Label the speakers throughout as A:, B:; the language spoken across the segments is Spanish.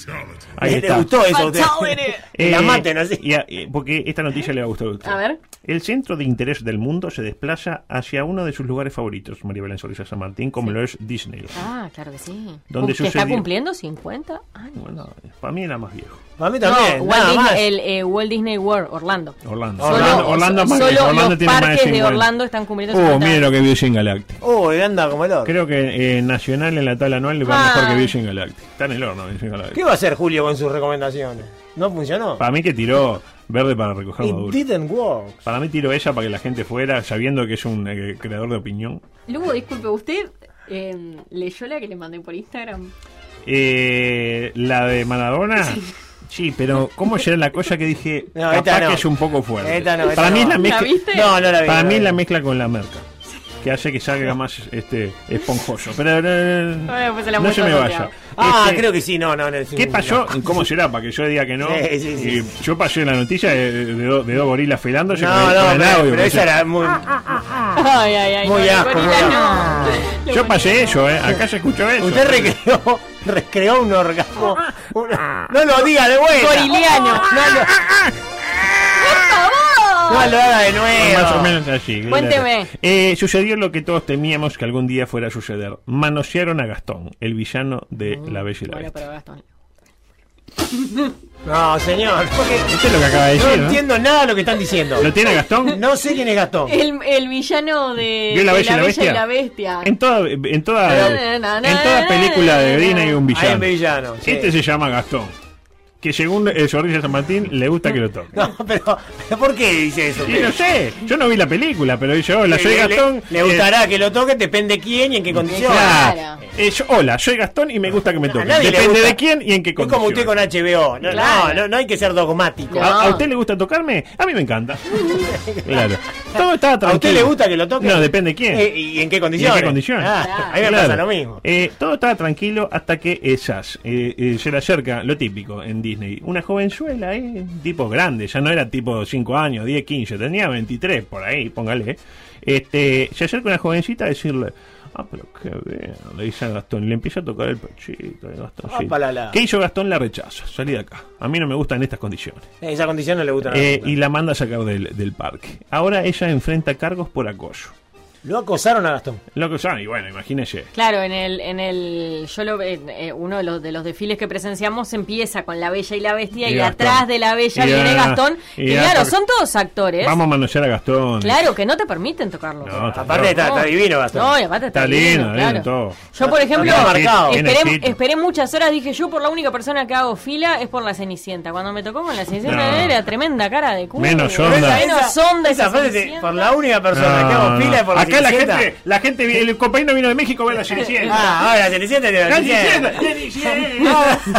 A: Ahí
B: ¿Le
A: está. Eh,
B: gustó eso? a usted?
C: Fatality.
B: Que la maten así.
A: y a- eh, porque esta noticia le va a gustar a usted.
C: A ver.
A: El centro de interés del mundo se desplaza hacia uno de sus lugares favoritos, María Belén Solís San Martín, como lo es Disney.
C: Ah, claro que sí.
A: ¿Dónde
C: ¿Que está
A: sucedió?
C: cumpliendo 50 años?
A: Bueno, para mí era más viejo.
B: Para mí
C: No,
B: también.
C: Walt,
B: nada
C: Disney,
B: más.
C: el, eh, Walt Disney World, Orlando.
A: Orlando.
B: Solo-
A: Orlando, Orlando es más
C: solo
A: viejo. Orlando
C: los
A: tiene más de
C: parques de
A: 50.
C: Orlando están cumpliendo
A: Oh,
C: 50
A: mire lo que vio en Galactic.
B: Oh, anda como el oro.
A: Creo que eh, Nacional en la tabla anual le va
C: Ah.
A: mejor que Virgin Galactic. Está en el horno Virgin
B: ¿Qué
A: Galactic.
B: va a hacer Julio con sus recomendaciones? ¿No funcionó?
A: Para mí que tiró verde para recoger
B: It
A: maduro.
B: didn't work.
A: Para mí tiró ella para que la gente fuera, sabiendo que es un eh, creador de opinión.
C: Lugo, disculpe, ¿usted eh, leyó la que le mandé por Instagram?
A: Eh, la de Maradona. Sí, pero ¿cómo era la cosa que dije?
B: No, esta
A: capaz
B: no.
A: que es un poco fuerte.
B: Esta no, esta
A: para mí
B: no.
A: es la
B: ¿La
A: mezcla.
C: viste?
B: No, no la vi.
A: Para
B: no
A: mí
B: la
A: es
B: vi.
A: la mezcla con la merca. Que hace que salga más este esponjoso. Pero eh,
C: Bueno, pues se la
A: no se
C: muestro
A: me
C: a
A: vaya.
C: Santiago.
B: Ah,
A: Este,
B: creo que sí, no, no. no sí,
A: ¿Qué
B: no.
A: pasó? ¿Cómo será? Para que yo diga que no.
B: Sí, sí, sí.
A: Y yo pasé la noticia de, de dos- de dos gorilas felándose
B: No,
A: con el- con
B: no,
A: el
B: pero,
A: audio,
B: pero
A: porque
B: esa era muy.
C: Ah,
A: Ah.
C: Ay, ay, ay.
B: Muy
C: no,
B: asco,
C: Gorila,
B: muy
C: no.
A: yo- Yo pasé eso, ¿eh? Acá se escuchó eso.
B: Usted recreó, recreó un orgasmo. una- No lo diga de vuelta. No
C: Goriliano.
B: lo, no lo haga de nuevo.
A: Más o menos así. claro.
C: Cuénteme.
A: Eh, sucedió lo que todos temíamos que algún día fuera a suceder. Manosearon a Gastón, el villano de La Bella y la
C: Mm, Bueno,
A: Bestia.
C: pero Gastón.
B: No, señor. porque
A: ¿Viste lo que acaba de
B: no
A: decir? ¿no?
B: entiendo nada de lo que están diciendo.
A: ¿Lo tiene Gastón?
B: No sé quién es Gastón.
C: El, el villano de
A: ¿Vio La
C: de
A: Bella y la Bestia?
C: Bestia.
A: En toda, en
C: Na,
A: toda,
C: na, na, na,
A: en toda
C: na,
A: película de
C: na,
A: Green
C: na.
A: hay un
B: Hay un
A: villano.
B: villano. sí.
A: Este se llama Gastón. Que según el Zorrilla San Martín le gusta que lo toque.
B: No, pero ¿por qué dice eso?
A: Y no sé, yo no vi la película, pero dice, hola,
B: Le-
A: soy
B: le-
A: Gastón.
B: Le,
A: eh,
B: gustará que lo toque, depende quién y en qué condición.
A: Claro.
C: Claro.
A: Eh, yo- hola, soy Gastón y me gusta que me toquen.
B: nadie le
A: Depende
B: gusta.
A: de quién y en qué
B: Es como usted
A: condiciones.
B: con HBO. No,
C: Claro.
B: no, no, no hay que ser dogmático.
C: No.
A: ¿A, a usted le gusta tocarme? A mí me encanta. claro. Todo está tranquilo.
B: ¿A usted le gusta que lo toque?
A: No, depende quién.
B: Eh, ¿Y en qué
A: ¿Y en
B: condiciones?
A: qué condiciones?
B: Ah,
C: Claro.
B: A mí me
A: Claro.
B: pasa lo mismo.
A: Eh, todo estaba tranquilo hasta que eh, Sass, eh, eh, se le acerca, lo típico en Disney, una jovenzuela, eh, tipo grande, ya no era tipo 5 años, 10, 15, tenía 23 por ahí, póngale. Este, se acerca una jovencita a decirle, ah, pero qué bien, le dice a Gastón, le empieza a tocar el pechito, el Gastoncito.
B: Apalala.
A: ¿Qué hizo Gastón? La rechaza, salí de acá, a mí no me gustan estas condiciones.
B: Esa condición no le gusta. a
A: Eh,
B: nadie.
A: y la manda a sacar del, del parque. Ahora ella enfrenta cargos por acoso.
B: Lo acosaron a Gastón.
A: Lo que son, y bueno, imagínese.
C: Claro, en el, en el, yo lo, en, eh, uno de los, de los desfiles que presenciamos empieza con la Bella y la Bestia
A: Y
C: y,
A: Gastón.
C: atrás de la Bella
A: Y
C: viene
A: a-
C: Gastón.
A: y
C: Y,
A: a-
C: claro,
A: porque-
C: son todos actores.
A: Vamos a manosear a Gastón.
C: Claro, que no te permiten tocarlo.
A: No, está
B: Aparte
A: loco.
B: está, está divino Gastón.
C: No, y aparte está,
A: Está lindo,
C: divino,
A: lindo
C: claro.
A: todo.
C: Yo, por ejemplo,
B: Está marcado.
C: esperé,
A: Bien escrito.
C: esperé muchas horas, dije yo, por la única persona que hago fila es por la Cenicienta. Cuando me tocó con la Cenicienta
A: No.
C: era tremenda cara de culo.
A: Menos
B: Pero
A: onda.
C: Menos onda
B: esa
C: esa
B: frase de-
C: Cenicienta.
B: por la única persona
A: No,
B: que hago
A: no.
B: fila es por la
A: Acá la
B: Cenicienta.
A: gente, la gente, el compañero vino de México a ver la Cenicienta.
B: Ah, ahora la Cenicienta te va
A: La Eh,
B: a
A: Cenicienta,
B: decir.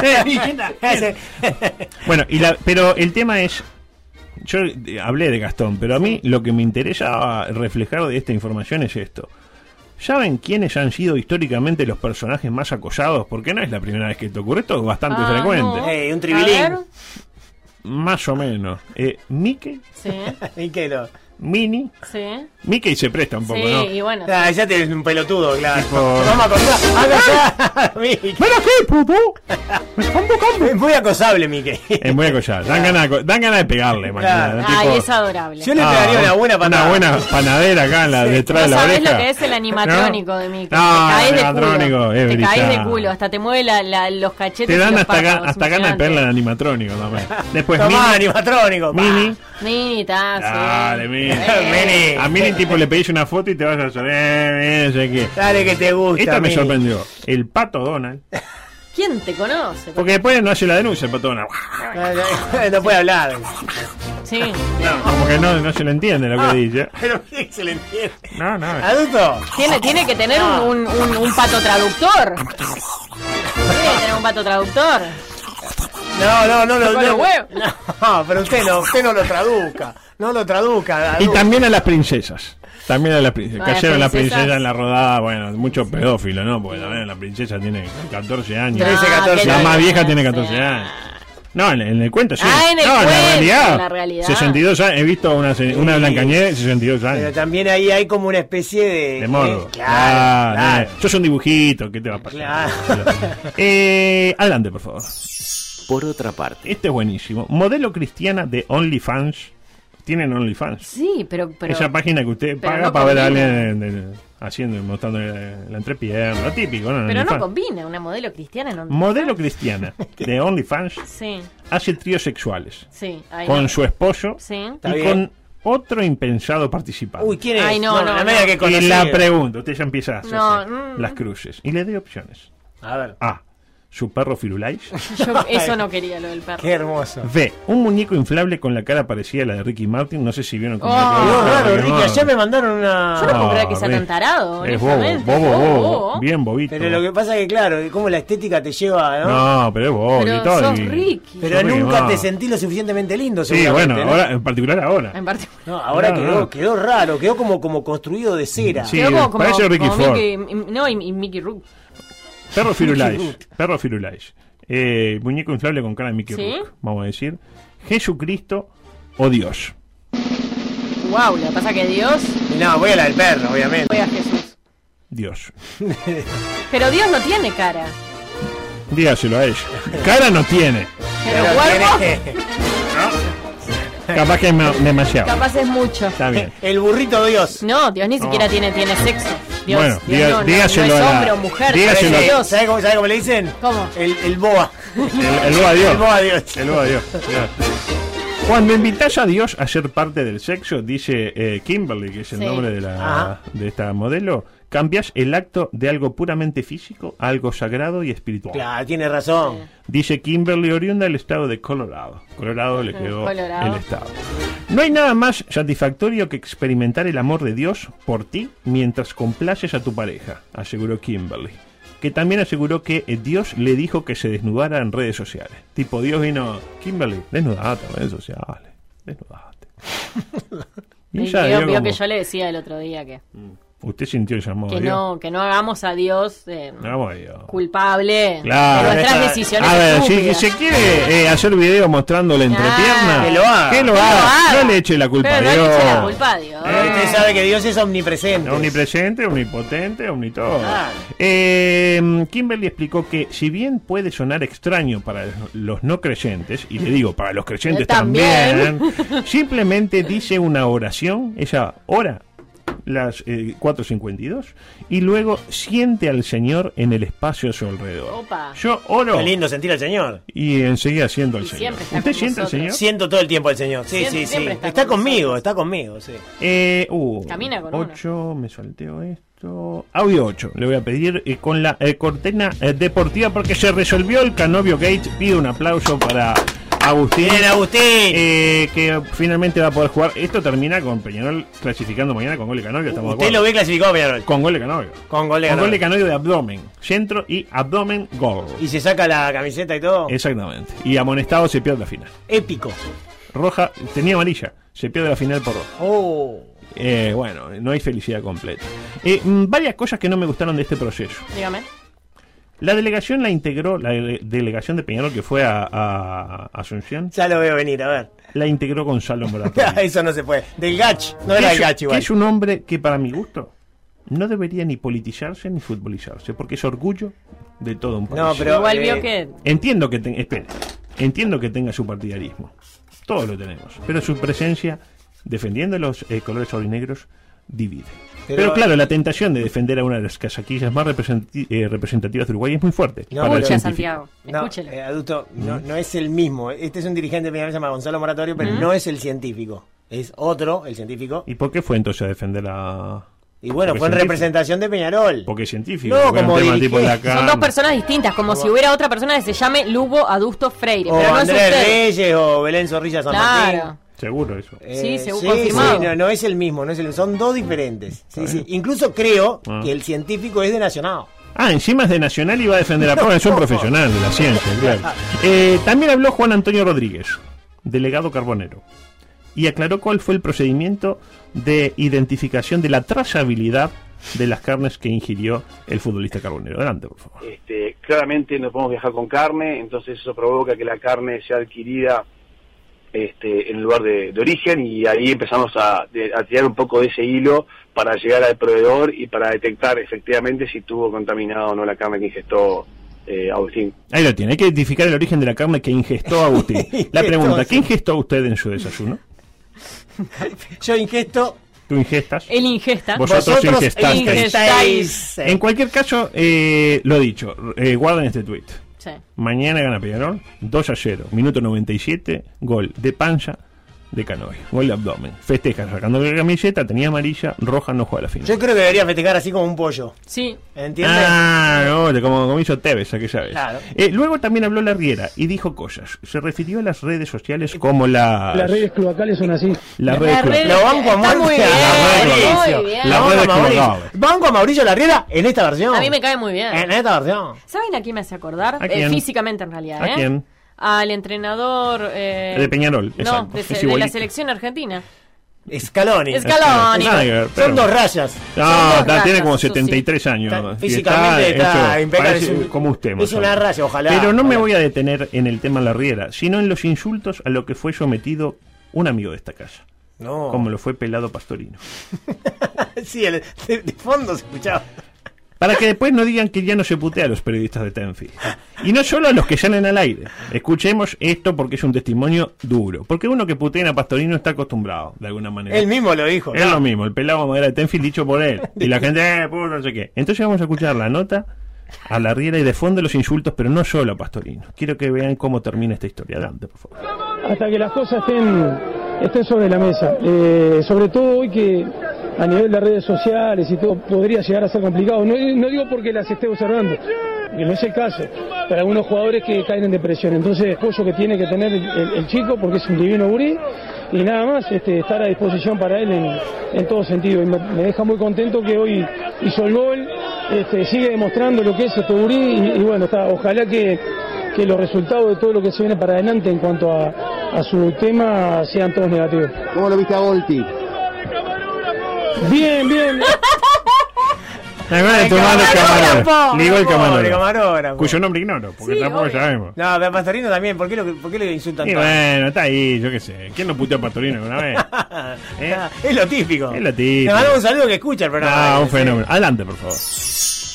A: Cenicienta, Cenicienta. eh. Bueno, y la, pero el tema es. Yo eh, hablé de Gastón, pero a mí lo que me interesa reflejar de esta información es esto. ¿Saben quiénes han sido históricamente los personajes más acosados? Porque no es la primera vez que te ocurre, esto es bastante
C: Ah,
A: frecuente.
C: no.
B: Eh, un tribilín.
C: A ver,
A: Más o menos. Eh, Mickey,
C: sí.
B: ¿Y qué lo?
A: Mini.
C: Sí.
A: Mickey se presta un poco,
C: sí,
A: ¿no?
C: y bueno.
B: Ah, ya te un pelotudo, claro.
A: Tipo- Ah,
B: Vamos a acosar. ¡Acosá! Mickey.
A: ¡Ven aquí, puto! ¡Me están tocando!
B: Es muy acosable, Mickey.
A: Es muy acosado. Dan ganas dan ganas de pegarle, mañana.
B: Claro.
C: Ay,
A: tipo- ah,
C: es adorable.
B: Yo le pegaría una buena patada.
A: Una buena panadera acá en la, detrás de
C: no
A: la
C: sabes
A: oreja.
C: lo que es el animatrónico
A: ¿No?
C: de Mickey.
A: No,
C: te caes
A: el
C: de
A: animatrónico es
C: culo. te caes de
A: brillante.
C: culo. Este Hasta te mueve la- la- los cachetes.
A: Te
C: y
A: dan
C: los
A: hasta, ga-
C: párpados,
A: hasta ganas de
C: impresionante.
A: pegarle al animatrónico también. Después
B: Tomá,
A: Mini.
B: animatrónico. pa.
A: Mini.
C: Mini, está, Ah, sí. Eh.
A: Dale, Mini.
B: Mini.
A: A Mini tipo le pedís una foto y te vas a hacer. Eh, eh, no sé qué.
B: Dale que te gusta.
A: Esta me
B: Mini.
A: sorprendió. El pato Donald.
C: ¿Quién te conoce?
A: Porque después no hace la denuncia el pato Donald.
B: No puede hablar.
C: Sí.
A: Como que no, no se lo entiende lo
C: Ah.
A: que dice.
B: Pero Mini se le entiende.
A: No, no.
B: Adulto.
C: Tiene, tiene que tener un, un- un pato traductor. Tiene que tener un pato traductor.
B: No, no, no lo
C: Con los huevos.
B: No, pero usted no, usted no lo traduzca. No lo traduzca.
A: Y
B: adulto.
A: también a las princesas. También a las princesas.
C: A las
A: Cayeron las
C: princesas.
A: princesas en la rodada. Bueno, mucho pedófilo, ¿no? Porque también la princesa tiene 14 años.
B: Trece,
C: Ah,
B: 14.
C: qué
A: La más
C: lindo.
A: vieja tiene 14 años. No, en, en el cuento sí.
C: Ah, en el
A: no,
C: cuento,
A: la realidad.
C: en la realidad.
A: 62 años. He visto una, se- una Blancañez, 62
B: Pero
A: años.
B: también ahí hay como una especie de.
A: De morbo.
B: ¿eh? Claro,
A: Ah,
B: claro.
A: eh. Sos un dibujito, ¿qué te va a pasar?
B: Claro.
A: Eh, adelante, por favor.
D: Por otra parte,
A: Este es buenísimo. Modelo cristiana de OnlyFans. ¿Tienen OnlyFans?
C: Sí, pero. pero
A: Esa página que usted
C: pero
A: paga
C: no
A: para ver a
C: combina.
A: alguien en- en- haciendo, mostrando la, la entrepierna, lo típico, ¿no? En
C: pero no
A: OnlyFans.
C: combina una modelo cristiana. No,
A: Modelo cristiana de OnlyFans
C: Sí,
A: hace tríos sexuales
C: sí. ahí
A: con
C: no.
A: su esposo
C: Sí.
A: y
B: Está bien.
A: con otro impensado participante.
B: Uy, ¿quién es?
C: Ay, no, no,
B: la
C: no.
B: media que
A: y
B: conocí.
A: la pregunta, usted ya empieza a hacerse
C: No, mm.
A: las cruces. Y le doy opciones.
B: A ver.
A: A. Su perro Firulais.
C: Yo eso no quería, lo del perro.
B: Qué hermoso.
A: B. Un muñeco inflable con la cara parecida a la de Ricky Martin. No sé si vieron cómo.
C: Oh.
B: Dios,
C: Ah,
B: raro, Ricky, ayer me mandaron
C: Yo no
B: una.
C: puedo creer que sea
A: Rick.
C: tan tarado,
A: Es bobo,
C: honestamente. Oh,
A: bobo,
C: Bobo,
A: bobo.
C: bobo.
A: Bien bobito.
B: Pero lo que pasa es que, claro, como la estética te lleva, ¿no?
A: No, pero es bobo
C: Pero
A: y todo.
C: sos
A: y-
C: Ricky.
B: Pero
A: Yo creo que
B: nunca
A: no.
B: te sentí lo suficientemente lindo,
A: Sí, bueno,
B: seguramente, ¿no?
A: ahora, en particular ahora.
C: En parte-
B: No, ahora
A: No,
B: quedó,
A: no.
B: quedó raro, quedó como, como construido de cera.
A: Sí,
C: Quedó como, como,
A: parece Ricky
C: como
A: Ford.
C: Mickey, m- no, y, y Mickey Rook.
A: Perro Firulais. Perro Firulais. Eh, muñeco inflable con cara de Mickey
C: Sí.
A: Rourke, vamos a decir. Jesucristo o Dios.
C: Wow, lo que pasa que Dios
B: No, voy a la del perro, obviamente.
C: fue a Jesús.
A: Dios.
C: Pero Dios no tiene cara.
A: Dígaselo a ella. Cara no tiene.
C: Pero,
B: Pero
C: cuerpo,
B: tiene-
A: Capaz que es ma- demasiado.
C: capaz es mucho.
A: Está bien.
B: El burrito Dios.
C: No, Dios ni siquiera tiene, tiene sexo. Dios,
A: Bueno,
C: Dios
A: diga-
C: no, no,
A: dígaselo
C: no es
A: a la-
C: hombre o mujer.
A: dígaselo
C: pero es
A: a-
C: Dios.
B: ¿Sabe cómo, sabe cómo le dicen?
C: ¿Cómo?
B: El, el boa.
A: El, el boa
B: El
A: Dios.
B: boa Dios.
A: El boa Dios. Claro. Cuando invitas a Dios a ser parte del sexo, dice eh, Kimberly, que es el
C: Sí.
A: nombre de, la,
B: Ajá.
A: de esta modelo, cambias el acto de algo puramente físico a algo sagrado y espiritual.
B: Claro, tiene razón.
A: Dice Kimberly, oriunda del estado de Colorado. Colorado le quedó
C: Colorado.
A: el estado. No hay nada más satisfactorio que experimentar el amor de Dios por ti mientras complaces a tu pareja, aseguró Kimberly. Que también aseguró que eh, Dios le dijo que se desnudara en redes sociales. Tipo, Dios vino, Kimberly, desnudate en redes sociales, desnudate.
C: Y
A: ella
C: vio,
A: dio
C: vio
A: como,
C: que yo le decía el otro día que,
A: Usted sintió el llamado Ah,
C: que,
A: de Dios.
C: no, que no hagamos a Dios eh,
A: No, vamos a Dios.
C: culpable
A: Claro.
C: de nuestras
B: Esa-
C: decisiones.
A: A ver, si,
C: estúpidas.
A: si se quiere eh, hacer video mostrando la entrepierna,
B: Que lo haga.
A: Que lo
C: Pero
A: haga.
C: haga.
A: No le eche la culpa
C: Pero
A: a Dios. Eh.
C: No le eche la culpa a Dios.
B: Pero Usted sabe que Dios es omnipresente.
A: Omnipresente, omnipotente, omnitodo.
B: Claro.
A: Eh, Kimberly explicó que si bien puede sonar extraño para los no creyentes, y le digo para los creyentes también,
C: También.
A: simplemente dice una oración, esa hora, las eh, 4.52, y luego siente al Señor en el espacio a su alrededor.
C: Opa.
A: Yo oro.
B: Qué lindo sentir al Señor.
A: Y enseguida siento al
C: Y
A: Señor.
C: siempre está
A: ¿Usted
C: con
A: siente al
C: nosotros.
A: Señor?
B: Siento todo el tiempo al Señor. Sí,
C: Siempre-
B: sí, sí.
C: siempre
B: Está,
C: está con
B: conmigo,
C: nosotros.
B: está conmigo, sí.
A: Eh, uh,
C: Camina con
A: ocho, me salteo esto. Audio 8, le voy a pedir eh, con la eh, cortina eh, deportiva porque se resolvió el Canovio Gate. Pido un aplauso para Agustín.
B: Bien, Agustín.
A: eh, que finalmente va a poder jugar. Esto termina con Peñarol clasificando mañana con gol de Canovio. Estamos de
B: Usted
A: acuerdo.
B: lo ve clasificado, Peñarol.
A: Con gol de Canovio.
B: Con gol de
A: Con gol
B: Canovio.
A: de Canovio de abdomen. Centro y abdomen gol.
B: Y se saca la camiseta y todo.
A: Exactamente. Y amonestado se pierde la final.
B: Épico.
A: Roja, tenía amarilla. Se pierde la final por roja.
B: Oh.
A: Eh, bueno, no hay felicidad completa. Eh, mm, varias cosas que no me gustaron de este proceso.
C: Dígame.
A: La delegación la integró, la dele- delegación de Peñarol que fue a, a Asunción,
B: Ya lo veo venir, a ver.
A: la integró Gonzalo Moratorio.
B: Eso no se puede. Del Gach. No era
A: Que
B: el
A: es-
B: Gach
A: que
B: igual.
A: es un hombre que para mi gusto no debería ni politizarse ni futbolizarse, porque es orgullo de todo un país.
B: No, pero-
C: Igual
B: eh,
C: vio que
A: Entiendo que te- espere, entiendo que tenga su partidarismo. Todos lo tenemos, pero su presencia defendiendo los eh, colores aurinegros divide. Pero,
B: Pero-
A: claro, la tentación de defender a una de las casaquillas más representi- eh, representativas de Uruguay es muy fuerte.
B: No,
A: para el
C: escucha,
B: Escucha,
A: científico.
C: Santiago.
B: No,
C: Escúchelo.
B: eh, adulto, no, no es el mismo. Este es un dirigente de Peñarol, se llama Gonzalo Moratorio, pero no es el científico. Es otro, el científico.
A: ¿Y por qué fue entonces a defender a...?
B: Y bueno, fue en
A: Porque
B: representación de Peñarol.
A: Porque es científico.
B: No,
A: porque era un
B: como
A: tema
B: dirigente.
A: tipo la
C: Son
A: cana.
C: dos personas distintas, como si hubiera otra persona que se llame Lugo Adusto Freire.
B: O
C: pero no es
B: Andrés
C: usted.
B: Reyes o Belén Zorrilla San Martín.
C: Claro.
A: Seguro eso.
C: Sí, según
B: Eh, sí,
C: confirmado.
B: sí, no, no es el mismo, no es el, son dos diferentes. Sí, sí. Incluso creo
A: Ah.
B: que el científico es de Nacional.
A: Ah, encima es de Nacional y va a defender a Pablo. Es un
B: No.
A: profesional de la ciencia, claro. Eh, también habló Juan Antonio Rodríguez, delegado carbonero, y aclaró cuál fue el procedimiento de identificación de la trazabilidad de las carnes que ingirió el futbolista carbonero. Adelante, por favor.
E: Este, claramente no podemos viajar con carne, entonces eso provoca que la carne sea adquirida este, en el lugar de, de origen y ahí empezamos a, de- a tirar un poco de ese hilo para llegar al proveedor y para detectar efectivamente si tuvo contaminado o no la carne que ingestó eh, Agustín.
A: Ahí lo tiene. Hay que identificar el origen de la carne que ingestó Agustín. La pregunta, ¿qué ingestó usted en su desayuno?
B: Yo ingesto,
A: ¿Tú ingestas?
C: El ingesta.
A: Vosotros
B: vosotros
A: ingestáis.
B: ingestáis.
A: En cualquier caso, eh, lo dicho, eh, guarden este tweet.
C: Sí.
A: Mañana gana Peñarol 2 a 0. Minuto 97. Gol de panza de Canoy. Gol de abdomen. Festeja sacando la camiseta. Tenía amarilla. Roja no juega la final.
B: Yo creo que debería festejar así como un pollo.
C: Sí.
B: ¿Entiendes?
A: Ah, no, de como, como hizo Tevez aquella vez.
B: Claro.
A: Eh, luego también habló la Riera y dijo cosas. Se refirió a las redes sociales como las. Las redes cloacales son así. Las redes cloacales.
B: Lo banco a
C: Está
B: muerte.
C: muy bien,
B: Ah,
C: muy bien.
A: La-
B: Lo banco
A: Las
B: a
A: redes
B: Mauricio.
A: colgadas.
B: Banco a Mauricio Larriera en esta versión.
C: A mí me cae muy bien.
B: En esta versión.
C: ¿Saben a quién me hace acordar?
A: ¿A
C: Eh,
A: quién?
C: físicamente, en realidad.
A: ¿A
C: ¿eh?
A: quién?
C: Al entrenador. eh,
A: De Peñarol,
C: No,
A: exacto.
C: de, se-
A: Es
C: de la
A: igualito.
C: selección argentina.
B: Escaloni.
C: Es- Scaloni.
A: Nada que ver, pero-
B: Son dos rayas.
A: No,
C: Son dos
A: está- tiene
C: ratas,
A: como
C: eso sí.
A: 73 años.
B: Está-
A: Y
B: físicamente está
A: hecho-
B: impecable,
A: parece
B: es un-
A: como usted. más
B: es
A: o
B: una
A: menos.
B: raya, ojalá,
A: Pero no me
B: ojalá.
A: voy a detener en el tema La Riera, sino en los insultos a lo que fue sometido un amigo de esta casa.
B: No.
A: Como lo fue Pelado Pastorino.
B: Sí, el- de, de fondo se escuchaba.
A: Eh. Para que después no digan que ya no se putea a los periodistas de Tenfi. Y no solo a los que salen al aire. Escuchemos esto porque es un testimonio duro. Porque uno que putea a Pastorino está acostumbrado, de alguna manera.
B: Él mismo lo dijo.
A: Es lo mismo, el pelado madera de Tenfield dicho por él. Y la gente, eh, puto, no sé qué. Entonces vamos a escuchar la nota a la riera y de fondo los insultos, pero no solo a Pastorino. Quiero que vean cómo termina esta historia. Adelante, por favor.
F: hasta que las cosas estén, estén sobre la mesa. Eh, sobre todo hoy que a nivel de redes sociales y todo podría llegar a ser complicado. No, no digo porque las esté observando, que no es el caso. Para algunos jugadores que caen en depresión. Entonces, el apoyo que tiene que tener el, el- el chico, porque es un divino gurí, y nada más este, estar a disposición para él en, en todo sentido. Y me, me deja muy contento que hoy hizo el gol, este, sigue demostrando lo que es este gurí, y, y bueno, está, ojalá que que los resultados de todo lo que se viene para adelante en cuanto a, a su tema sean todos negativos. ¿Cómo lo viste a Volti? Bien, bien.
A: Le
B: El camarógrafo.
A: Ligó el
B: Pobre
A: camarógrafo.
B: camarógrafo.
A: Cuyo nombre ignoro, porque
C: Sí,
A: tampoco
C: obvio.
A: sabemos.
B: No, pero a Pastorino también. ¿Por qué lo, por qué lo insultan
A: Y
B: tanto?
A: bueno, está ahí, yo qué sé. ¿Quién no puteó a Pastorino alguna vez? ¿Eh?
B: Es lo típico.
A: Es lo típico.
B: Le mandamos un saludo que escucha el programa.
A: Ah, un fenómeno. Adelante, por favor.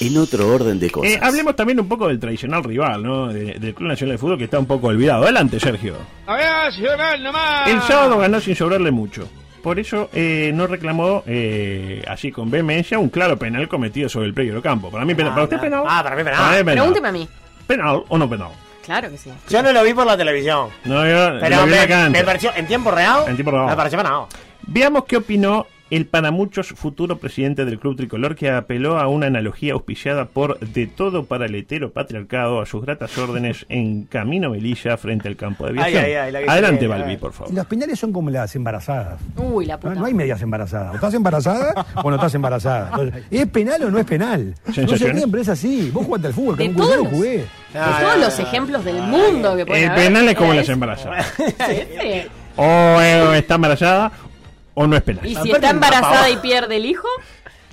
D: En otro orden de cosas.
A: Eh, hablemos también un poco del tradicional rival, ¿no? De- del Club Nacional de Fútbol que está un poco olvidado. Adelante, Sergio. El sábado ganó sin sobrarle mucho. Por eso eh, no reclamó, eh, así con vehemencia, un claro penal cometido sobre el predio campo. Para mí, penal. ¿Para usted penal?
B: Ah, para mí penal.
C: Pregúnteme a mí.
A: ¿Penal o no penal?
C: Claro que sí.
B: Yo no lo vi por la televisión.
A: No, yo-
B: Pero
A: lo vi en la
B: me,
A: cancha.
B: me pareció en tiempo real.
A: En tiempo real.
B: Me pareció nada.
A: Veamos qué opinó el para muchos futuro presidente del Club Tricolor que apeló a una analogía auspiciada por De Todo para el Hetero Patriarcado a sus gratas órdenes en Camino Melilla frente al campo de
B: Ay,
A: aviación.
B: ay, ay, la que
A: Adelante,
B: se viene,
A: Balbi,
B: ay.
A: por favor.
G: Los penales son como las embarazadas.
C: Uy, la
G: No,
C: puta.
G: no hay medias embarazadas. O estás embarazada o no estás embarazada. Entonces, ¿Es penal o no es penal? No se
A: Sensaciones.
G: ríen, pero
B: Eh,
G: es así. Vos jugaste al fútbol,
C: De
G: con un crucero
C: todos los-
G: jugué.
B: Ah,
C: todos
B: ah,
C: los ejemplos del mundo que pueden
A: El
C: haber.
A: penal es como
C: Eh,
A: las embarazadas.
C: sí.
A: O eh, está embarazada o no es penal.
C: Y si
B: Aparte
C: está
B: es una
C: embarazada
B: pavada.
C: y pierde el hijo,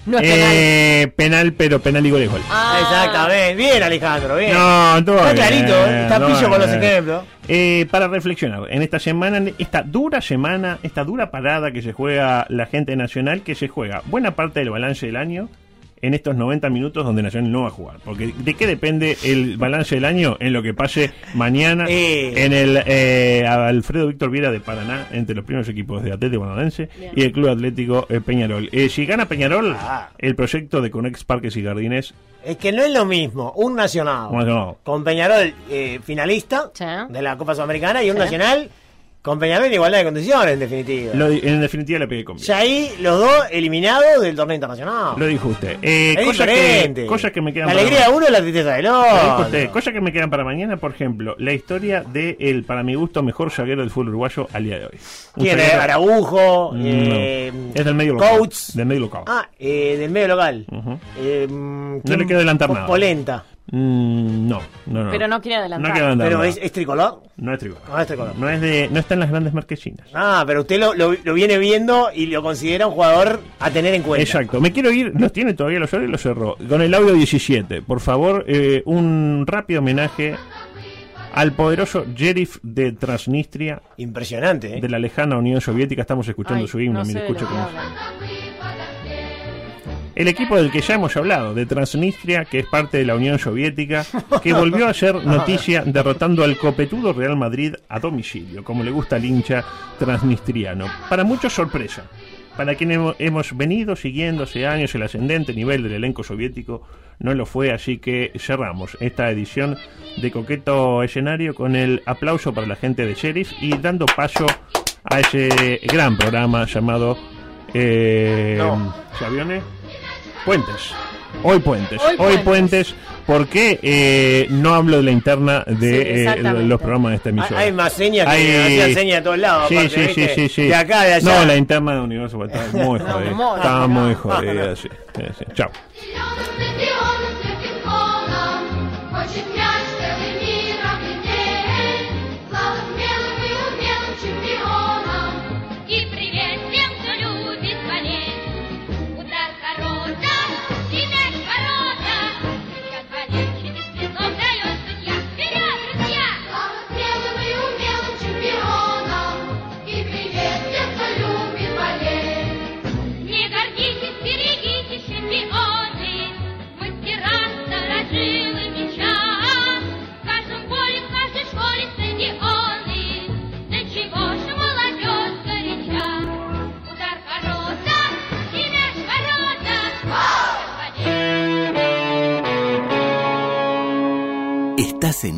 C: No es
A: Eh, penal, pero penal y gol es gol.
C: Ah,
B: Exactamente. Bien, Alejandro, bien.
A: No, todo
B: Está
A: bien,
B: clarito, ¿eh? está
A: todo
B: pillo con los
A: bien.
B: ejemplos.
A: Eh, para reflexionar, en esta semana, en esta dura semana, esta dura parada que se juega la gente nacional, que se juega buena parte del balance del año en estos 90 minutos donde Nacional no va a jugar. Porque ¿de qué depende el balance del año en lo que pase mañana
B: Eh.
A: en el eh, Alfredo Víctor Viera de Paraná, entre los primeros equipos de Atlético Bonaerense y el Club Atlético eh, Peñarol? Eh, si gana Peñarol,
B: Ah.
A: el proyecto de Conex Parques y Jardines
B: Es que no es lo mismo un nacional
A: Un nacional.
B: con Peñarol eh, finalista
C: Sí.
B: de la Copa Sudamericana y un
C: Sí.
B: nacional con Peñarol en igualdad de condiciones, en definitiva.
A: Lo di- en definitiva la pegué con bien.
B: Ya ahí los dos eliminados del torneo internacional.
A: Lo dijo usted. Eh,
B: es
A: cosas,
B: diferente.
A: que, cosas que me quedan
B: La alegría
A: para
B: de uno y la tristeza del otro.
A: Lo dijo usted. Cosas que me quedan para mañana, por ejemplo, la historia de el, para mi gusto, mejor zaguero del fútbol uruguayo al día de hoy. Un
B: ¿Quién es?
A: zaguero- Mm,
B: Araujo.
A: No.
B: eh,
A: Es del medio local.
B: Coates.
A: Del medio local.
B: Ah, eh, del medio local.
A: Ujú.
B: Eh, ¿quién?
A: le quiero adelantar nada.
B: Polenta.
A: Mm, no, no, no.
C: Pero no quiere adelantar.
A: No quiere adelantar
B: Pero
A: nada.
B: es, es tricolor.
A: No es tricolor.
B: No es tricolor.
A: No es de, no está en las grandes marquesinas.
B: Ah, pero usted lo, lo- lo viene viendo y lo considera un jugador a tener en cuenta.
A: Exacto, me quiero ir, los tiene todavía los y los cerró. Con el audio 17, por favor, eh, un rápido homenaje al poderoso sheriff de Transnistria,
B: Impresionante. ¿eh?
A: de la lejana Unión Soviética. Estamos escuchando
C: Ay,
A: su himno,
C: no
A: mire,
C: sé de
A: escuche
C: lo que
A: cómo suena.
C: hablan.
A: El equipo del que ya hemos hablado, de Transnistria, que es parte de la Unión Soviética, que volvió a ser noticia derrotando al copetudo Real Madrid a domicilio, como le gusta al hincha transnistriano. Para muchos sorpresa. Para quienes hemo- hemos venido siguiendo hace años el ascendente nivel del elenco soviético, no lo fue, así que cerramos esta edición de Coqueto Escenario con el aplauso para la gente de Sheriff y dando paso a ese gran programa llamado eh,
B: No.
A: ¿Aviones? Puentes. Hoy puentes. Hoy,
C: Hoy
A: puentes.
C: Puentes.
A: ¿Por qué eh, no hablo de la interna de
C: Sí,
A: eh,
C: exactamente.
A: los programas de esta
B: Hay,
A: emisora?
B: hay más señas que
A: Hay-
B: hacían señas de todos lados.
A: Sí,
B: aparte,
A: sí, sí,
B: ¿viste?
A: sí, sí.
B: De acá, de allá.
A: No, la interna de Universo está muy jodida.
C: muy
A: está
C: jodida.
A: muy jodida, sí. sí, sí. Chao.
H: И привет всем, кто любит болеть. Удар ворота и мяч в ворота. Сейчас болельщик из призов дает судья. Вперед, друзья! Слава смелым и умелым чемпионам. И привет всем, кто любит болеть. Не гордитесь, берегите чемпионы. Мастера, старожилы меча. В каждом поле, в каждой школе стадионы. До чего же молодежь горяча? Удар ворота и мяч в ворота. Господи,
D: Estás en